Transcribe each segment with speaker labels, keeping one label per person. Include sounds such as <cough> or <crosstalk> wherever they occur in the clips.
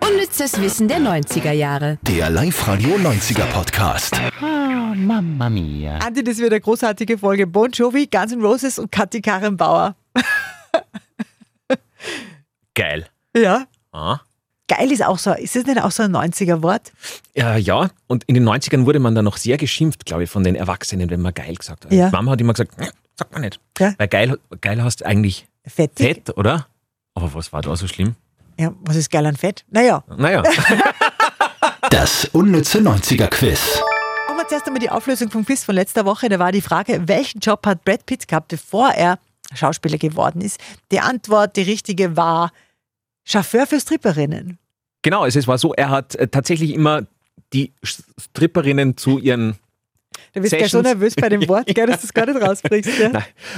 Speaker 1: Unnützes Wissen der 90er Jahre.
Speaker 2: Der Live-Radio 90er Podcast.
Speaker 3: Ah, Mamma mia.
Speaker 4: Andi, das wird eine großartige Folge. Bon Jovi, Guns N' Roses und Kathi Karen Bauer.
Speaker 3: Geil.
Speaker 4: Ja.
Speaker 3: Ah.
Speaker 4: Geil ist auch so, ist das nicht auch so ein 90er-Wort?
Speaker 3: Ja, ja, und in den 90ern wurde man dann noch sehr geschimpft, glaube ich, von den Erwachsenen, wenn man geil gesagt hat.
Speaker 4: Ja.
Speaker 3: Die Mama hat immer gesagt, "Hm, sagt man nicht.
Speaker 4: Ja.
Speaker 3: Weil geil, geil hast eigentlich
Speaker 4: Fettig?
Speaker 3: fett, oder? Aber was war da so schlimm?
Speaker 4: Ja, was ist geil an Fett? Naja, <laughs>
Speaker 3: Naja,
Speaker 2: Das unnütze 90er Quiz.
Speaker 4: machen wir zuerst einmal die Auflösung vom Quiz von letzter Woche. Da war die Frage, welchen Job hat Brad Pitt gehabt, bevor er Schauspieler geworden ist? Die Antwort, die richtige, war Chauffeur für Stripperinnen.
Speaker 3: genau, also es war so, er hat äh, tatsächlich immer die Stripperinnen zu ihren
Speaker 4: Du bist ja so
Speaker 3: Sessions.
Speaker 4: nervös bei
Speaker 3: <laughs>
Speaker 4: dem Wort, gell, dass du es gar nicht rausbringst.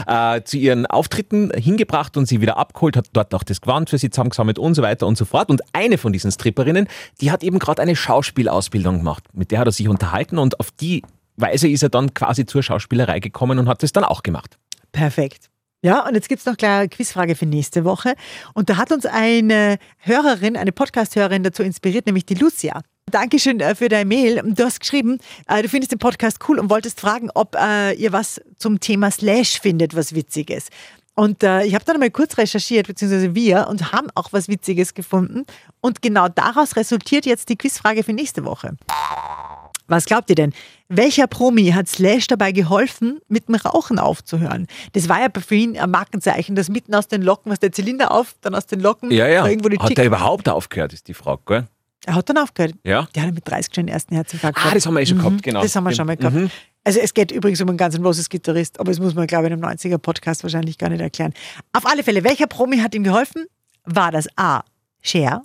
Speaker 4: Ja?
Speaker 3: äh, zu ihren Auftritten hingebracht und sie wieder abgeholt, hat dort auch das Gewand für sie zusammengesammelt und so weiter und so fort. Und eine von diesen Stripperinnen, die hat eben gerade eine Schauspielausbildung gemacht. Mit der hat er sich unterhalten und auf die Weise ist er dann quasi zur Schauspielerei gekommen und hat das dann auch gemacht.
Speaker 4: Perfekt. Ja, und jetzt gibt es noch gleich eine Quizfrage für nächste Woche. Und da hat uns eine Hörerin, eine Podcast-Hörerin dazu inspiriert, nämlich die Lucia. Dankeschön äh, für deine Mail. Du hast geschrieben, äh, du findest den Podcast cool und wolltest fragen, ob äh, ihr was zum Thema Slash findet, was Witziges. Und äh, ich habe dann mal kurz recherchiert, beziehungsweise wir, und haben auch was Witziges gefunden. Und genau daraus resultiert jetzt die Quizfrage für nächste Woche. Was glaubt ihr denn? Welcher Promi hat Slash dabei geholfen, mit dem Rauchen aufzuhören? Das war ja für ihn ein Markenzeichen, dass mitten aus den Locken, was der Zylinder auf, dann aus den Locken war irgendwo die
Speaker 3: Hat
Speaker 4: Tick.
Speaker 3: er
Speaker 4: Er,
Speaker 3: überhaupt aufgehört, ist die Frage, gell?
Speaker 4: hat dann aufgehört.
Speaker 3: Ja.
Speaker 4: Der hat mit 30 schon den ersten Herzinfarkt
Speaker 3: Ah, das haben wir eh schon gehabt, genau.
Speaker 4: Das haben wir schon mal gehabt. Also es geht übrigens um einen ganz Roses Gitarrist, aber das muss man, glaube ich, in einem 90er-Podcast wahrscheinlich gar nicht erklären. Auf alle Fälle, welcher Promi hat ihm geholfen? War das A. Cher,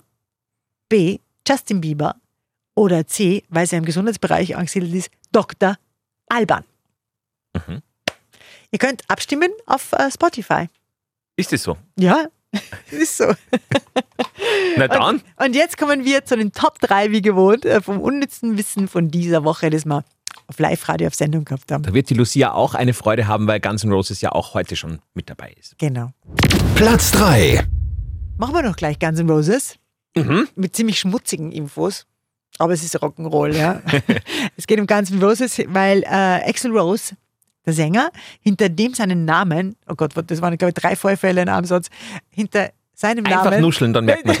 Speaker 4: B. Justin Bieber oder C., weil sie im Gesundheitsbereich angesiedelt ist, Dr. Alban? Ihr könnt abstimmen auf äh, Spotify.
Speaker 3: Ist das so?
Speaker 4: Ja, <laughs> ist so.
Speaker 3: Na dann.
Speaker 4: Und, und jetzt kommen wir zu den Top 3, wie gewohnt, äh, vom unnützen Wissen von dieser Woche, das wir auf Live-Radio auf Sendung gehabt haben.
Speaker 3: Da wird die Lucia auch eine Freude haben, weil Guns N' Roses ja auch heute schon mit dabei ist.
Speaker 4: Genau.
Speaker 2: Platz 3.
Speaker 4: Machen wir noch gleich Guns N' Roses.
Speaker 3: Mhm.
Speaker 4: Mit ziemlich schmutzigen Infos. Aber es ist Rock'n'Roll,
Speaker 3: <laughs>
Speaker 4: ja. es geht um Guns N' Roses, weil äh, Axel Rose, der Sänger, hinter dem seinen Namen, oh Gott, das waren, glaube ich, drei Vorfälle in einem Satz, hinter seinem
Speaker 3: Einfach
Speaker 4: Namen.
Speaker 3: nuscheln, dann merkt man es <laughs>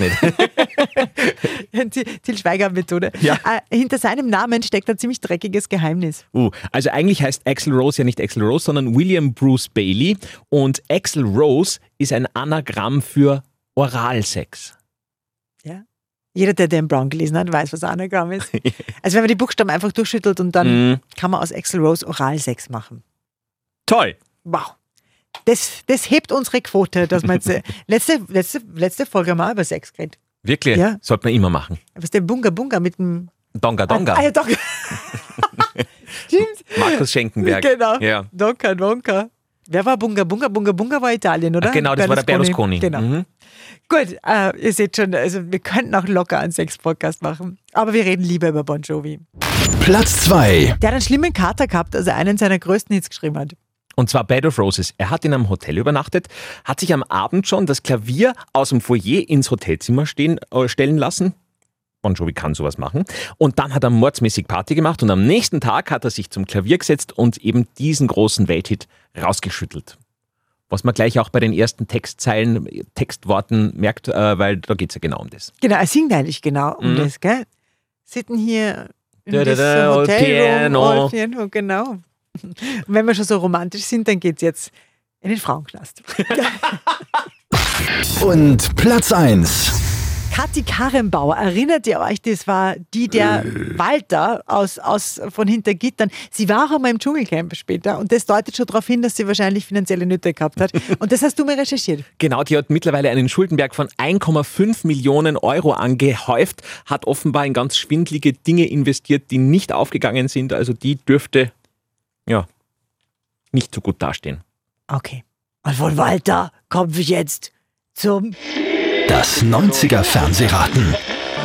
Speaker 4: <laughs>
Speaker 3: nicht.
Speaker 4: Til Til Schweiger-Methode.
Speaker 3: Ja.
Speaker 4: Äh, hinter seinem Namen steckt ein ziemlich dreckiges Geheimnis.
Speaker 3: Uh, also eigentlich heißt Axel Rose ja nicht Axel Rose, sondern William Bruce Bailey. Und Axel Rose ist ein Anagramm für Oralsex.
Speaker 4: Jeder, der Dan Brown gelesen hat, weiß, was ein Anagramm
Speaker 3: <laughs>
Speaker 4: ist. Also wenn man die Buchstaben einfach durchschüttelt und dann
Speaker 3: Mhm.
Speaker 4: kann man aus Axel Rose Oralsex machen.
Speaker 3: Toll.
Speaker 4: Wow. Das, das hebt unsere Quote, dass man jetzt
Speaker 3: <laughs>
Speaker 4: äh, letzte, letzte, letzte Folge mal über Sex redet.
Speaker 3: Wirklich,
Speaker 4: Ja.
Speaker 3: sollte man immer machen.
Speaker 4: Was der Bunga Bunga mit dem
Speaker 3: Donga Donga.
Speaker 4: Ah, ja,
Speaker 3: <laughs>
Speaker 4: Donga. Stimmt.
Speaker 3: Markus Schenkenberg.
Speaker 4: Genau.
Speaker 3: Ja.
Speaker 4: Donka, Donka. Wer war Bunga Bunga? Bunga Bunga war Italien, oder?
Speaker 3: Ach, genau, das war der Berlusconi.
Speaker 4: Genau.
Speaker 3: Mhm.
Speaker 4: Gut, äh, ihr seht schon, also wir könnten auch locker einen Sex-Podcast machen. Aber wir reden lieber über Bon Jovi.
Speaker 2: Platz 2.
Speaker 4: Der hat einen schlimmen Kater gehabt, als er einen seiner größten Hits geschrieben hat.
Speaker 3: Und zwar Bed of Roses. Er hat in einem Hotel übernachtet, hat sich am Abend schon das Klavier aus dem Foyer ins Hotelzimmer stehen, äh, stellen lassen. Bon Jovi kann sowas machen. Und dann hat er mordsmäßig Party gemacht und am nächsten Tag hat er sich zum Klavier gesetzt und eben diesen großen Welthit rausgeschüttelt. Was man gleich auch bei den ersten Textzeilen, Textworten merkt, äh, weil da geht es ja genau um das.
Speaker 4: Genau, er singt eigentlich genau um das, gell? Sitten hier in
Speaker 3: Mhm. Da, da,
Speaker 4: diesem
Speaker 3: da, old
Speaker 4: Hotelroom,
Speaker 3: piano.
Speaker 4: old piano, genau. Und wenn wir schon so romantisch sind, dann geht's jetzt in den
Speaker 3: <laughs>
Speaker 4: Frauenknast.
Speaker 2: Und Platz 1.
Speaker 4: Kathi Karrenbauer, erinnert ihr euch, das war die der
Speaker 3: Äh.
Speaker 4: Walter aus, aus, von Hintergittern. Sie war auch einmal im Dschungelcamp später und das deutet schon darauf hin, dass sie wahrscheinlich finanzielle Nöte gehabt
Speaker 3: <laughs>
Speaker 4: hat. Und das hast du mir recherchiert.
Speaker 3: Genau, die hat mittlerweile einen Schuldenberg von 1,5 Millionen Euro angehäuft, hat offenbar in ganz schwindlige Dinge investiert, die nicht aufgegangen sind. Also die dürfte, ja, nicht so gut dastehen.
Speaker 4: Okay. Und von Walter kommen wir jetzt zum
Speaker 2: Das 90er Fernsehraten.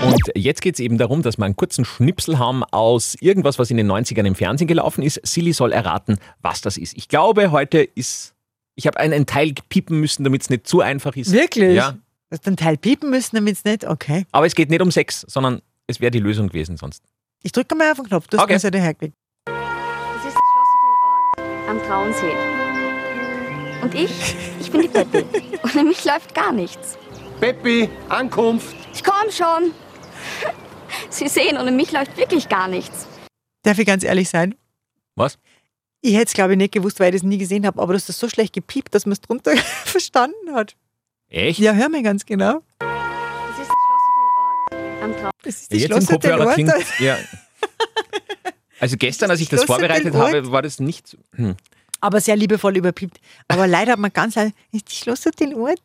Speaker 3: Und jetzt geht es eben darum, dass wir einen kurzen Schnipsel haben aus irgendwas, was in den 90ern im Fernsehen gelaufen ist. Silly soll erraten, was das ist. Ich glaube, heute ist, ich habe einen, einen Teil piepen müssen, damit es nicht zu einfach ist.
Speaker 4: Wirklich?
Speaker 3: Ja,
Speaker 4: Dass den Teil piepen müssen, damit es nicht. Okay.
Speaker 3: Aber es geht nicht um Sex, sondern es wäre die Lösung gewesen sonst.
Speaker 4: Ich drücke mal auf den Knopf, du hast
Speaker 3: Okay.
Speaker 4: okay. ja hergelegt.
Speaker 5: Das ist das Schlosshotel Ort am Traunsee. Und ich, ich bin die Peppi. Ohne mich läuft gar nichts.
Speaker 6: Peppi, Ankunft!
Speaker 5: Ich komm schon. Sie sehen, ohne mich läuft wirklich gar nichts.
Speaker 4: Darf ich ganz ehrlich sein?
Speaker 3: Was?
Speaker 4: Ich hätte es, glaube ich, nicht gewusst, weil ich das nie gesehen habe, aber du hast das so schlecht gepiept, dass man es drunter <laughs> verstanden hat.
Speaker 3: Echt?
Speaker 4: Ja, hör mir ganz genau.
Speaker 5: Das ist das Schlosshotel Ort am Traunsee.
Speaker 4: Das ist die
Speaker 3: Jetzt im
Speaker 4: Schlosshotel
Speaker 3: Kopfhörer
Speaker 4: Ort.
Speaker 3: klingt.
Speaker 4: <laughs>
Speaker 3: Ja. Also gestern, als ich das
Speaker 4: Schloss in den
Speaker 3: vorbereitet
Speaker 4: Ort?
Speaker 3: habe, war das nicht. Hm.
Speaker 4: aber sehr liebevoll überpiept. Aber leider hat man ganz leid, ist die Schlosshotel Ort?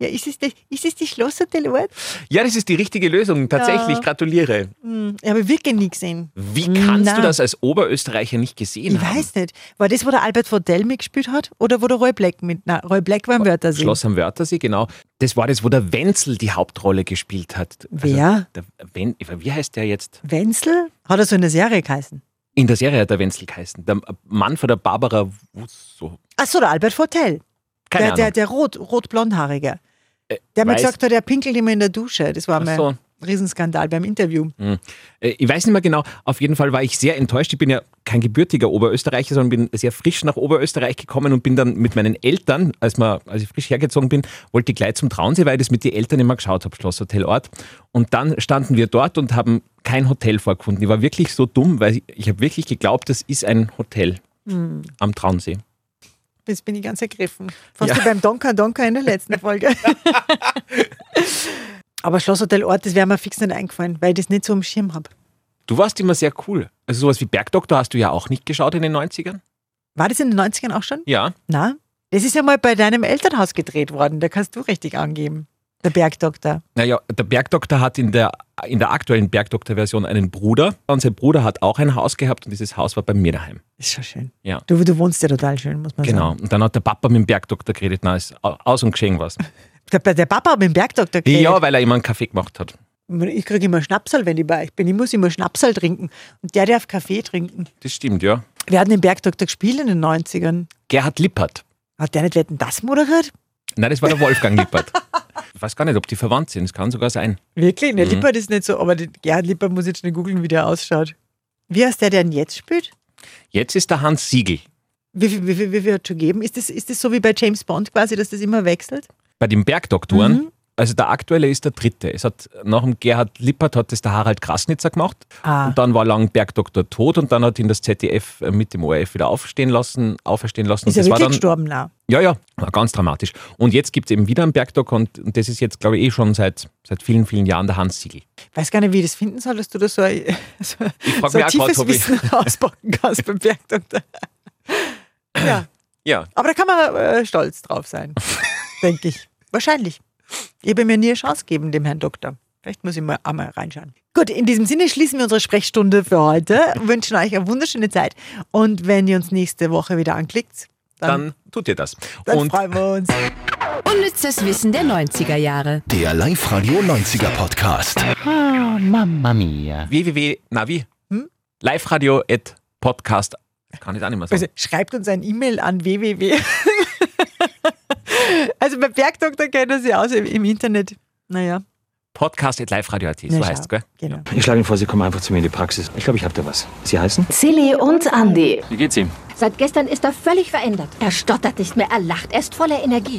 Speaker 4: Ja, ist es, die, ist es die Schlosshotel Ort?
Speaker 3: Ja, das ist die richtige Lösung. Tatsächlich,
Speaker 4: Ja.
Speaker 3: gratuliere.
Speaker 4: Hm, ich habe wirklich nie gesehen.
Speaker 3: Wie kannst
Speaker 4: Na.
Speaker 3: du das als Oberösterreicher nicht gesehen
Speaker 4: Ich
Speaker 3: haben?
Speaker 4: weiß nicht. War das, wo der Albert Vordell mitgespielt hat? Oder wo der Roy Black mit. Nein, Roy Black war im Wörthersee.
Speaker 3: Schloss am Wörthersee, genau. Das war das, wo der Wenzel die Hauptrolle gespielt hat. Also
Speaker 4: Wer?
Speaker 3: Der Wen, wie heißt der jetzt?
Speaker 4: Wenzel? Hat er so in der Serie geheißen?
Speaker 3: In der Serie hat der Wenzel geheißen. Der Mann von der Barbara Wusso.
Speaker 4: Achso, der Albert Vordell. der,
Speaker 3: Keine
Speaker 4: der,
Speaker 3: Ahnung. Äh,
Speaker 4: der rot, rot-blondhaarige. Der mir
Speaker 3: weiß-
Speaker 4: gesagt hat, er pinkelt immer in der Dusche. Das war
Speaker 3: Ach
Speaker 4: mal
Speaker 3: so.
Speaker 4: ein Riesenskandal beim Interview.
Speaker 3: Äh, Ich weiß nicht mehr genau. Auf jeden Fall war ich sehr enttäuscht. Ich bin ja kein gebürtiger Oberösterreicher, sondern bin sehr frisch nach Oberösterreich gekommen und bin dann mit meinen Eltern, als, wir, als ich frisch hergezogen bin, wollte ich gleich zum Traunsee, weil ich das mit den Eltern immer geschaut habe, Schlosshotel Ort. Und dann standen wir dort und haben kein Hotel vorgefunden. Ich war wirklich so dumm, weil ich, ich habe wirklich geglaubt, das ist ein Hotel am Traunsee.
Speaker 4: Jetzt bin ich ganz ergriffen. Fast
Speaker 3: Ja.
Speaker 4: wie beim Donka Donka in der letzten
Speaker 3: <laughs>
Speaker 4: Folge. Aber Schlosshotel Ort, das wäre mir fix nicht eingefallen, weil ich das nicht so im Schirm habe.
Speaker 3: Du warst immer sehr cool. Also sowas wie Bergdoktor hast du ja auch nicht geschaut in den 90ern?
Speaker 4: War das in den 90ern auch schon?
Speaker 3: Ja.
Speaker 4: Na? Das ist ja mal bei deinem Elternhaus gedreht worden. Da kannst du richtig angeben. Der Bergdoktor.
Speaker 3: Naja, der Bergdoktor hat in der, in der aktuellen Bergdoktor-Version einen Bruder. Und sein Bruder hat auch ein Haus gehabt und dieses Haus war bei mir daheim.
Speaker 4: Ist schon schön.
Speaker 3: Ja.
Speaker 4: Du, du wohnst ja total schön, muss man
Speaker 3: Genau.
Speaker 4: sagen.
Speaker 3: Und dann hat der Papa mit dem Bergdoktor geredet. Na, ist au- aus und geschehen was.
Speaker 4: Der, der Papa hat mit dem Bergdoktor geredet.
Speaker 3: Ja, weil er immer einen Kaffee gemacht hat.
Speaker 4: Ich kriege immer Schnapsal, wenn ich bei euch bin. Ich muss immer Schnapsal trinken. Und der darf Kaffee trinken.
Speaker 3: Das stimmt, ja.
Speaker 4: Wir hatten den Bergdoktor gespielt in den 90ern.
Speaker 3: Gerhard Lippert.
Speaker 4: Hat der nicht Wetten das moderiert?
Speaker 3: Nein, das war der Wolfgang Lippert. Ich weiß gar nicht, ob die verwandt sind. Es kann sogar sein.
Speaker 4: Wirklich?
Speaker 3: Mhm.
Speaker 4: Ne, Lippert ist nicht so, aber den Gerhard Lippert muss jetzt schnell googeln, wie der ausschaut. Wie heißt der, der ihn jetzt spielt?
Speaker 3: Jetzt ist der Hans Siegel.
Speaker 4: Wie viel, wie viel, wie viel hat schon gegeben? Ist das, ist das so wie bei James Bond quasi, dass das immer wechselt?
Speaker 3: Bei den Bergdoktoren,
Speaker 4: Mhm.
Speaker 3: also der aktuelle ist der dritte. Es hat nach dem Gerhard Lippert hat es der Harald Krasnitzer gemacht.
Speaker 4: Ah.
Speaker 3: Und dann war lang Bergdoktor tot und dann hat ihn das ZDF mit dem ORF wieder aufstehen lassen, auferstehen lassen.
Speaker 4: Ist
Speaker 3: und
Speaker 4: er
Speaker 3: das war
Speaker 4: wirklich
Speaker 3: dann,
Speaker 4: gestorben? Nein.
Speaker 3: Ja, ja, war ganz dramatisch. Und jetzt gibt es eben wieder einen Bergdoktor und, und das ist jetzt, glaube ich, eh schon seit, seit vielen, vielen Jahren der Hans Siegel.
Speaker 4: Weiß gar nicht, wie ich das finden soll, dass du da so ein, <laughs> so,
Speaker 3: frag
Speaker 4: so
Speaker 3: mich
Speaker 4: ein
Speaker 3: auch grad,
Speaker 4: tiefes
Speaker 3: ob ich-
Speaker 4: Wissen <laughs> auspacken kannst beim Bergdoktor. Ja,
Speaker 3: Ja.
Speaker 4: aber da kann man äh, stolz drauf sein, denke ich. Wahrscheinlich. Ich habe mir nie eine Chance gegeben, dem Herrn Doktor. Vielleicht muss ich mal einmal reinschauen. Gut, in diesem Sinne schließen wir unsere Sprechstunde für heute. Wünschen euch eine wunderschöne Zeit. Und wenn ihr uns nächste Woche wieder anklickt, dann,
Speaker 3: Dann tut ihr das.
Speaker 4: dann,
Speaker 3: und
Speaker 4: freuen wir uns.
Speaker 1: Unnützes Wissen der 90er Jahre.
Speaker 2: Der Live-Radio 90er Podcast.
Speaker 7: Mamma mia.
Speaker 3: www, na wie?
Speaker 4: Hm?
Speaker 3: Liveradio at Podcast. Kann ich auch nicht mehr sagen.
Speaker 4: Also schreibt uns ein E-Mail an www. <laughs> also bei Bergdoktor kennt er sie aus im, im Internet. Naja,
Speaker 3: Podcast at liveradio.at,
Speaker 4: Na,
Speaker 3: so
Speaker 4: schau.
Speaker 3: heißt es, gell?
Speaker 4: genau.
Speaker 8: Ich schlage Ihnen vor, Sie kommen einfach zu mir in die Praxis. Ich glaube, ich habe da was. Sie heißen?
Speaker 9: Silly und Andy.
Speaker 8: Wie geht's ihm?
Speaker 10: Seit gestern ist er völlig verändert. Er stottert nicht mehr, er lacht, er ist voller Energie.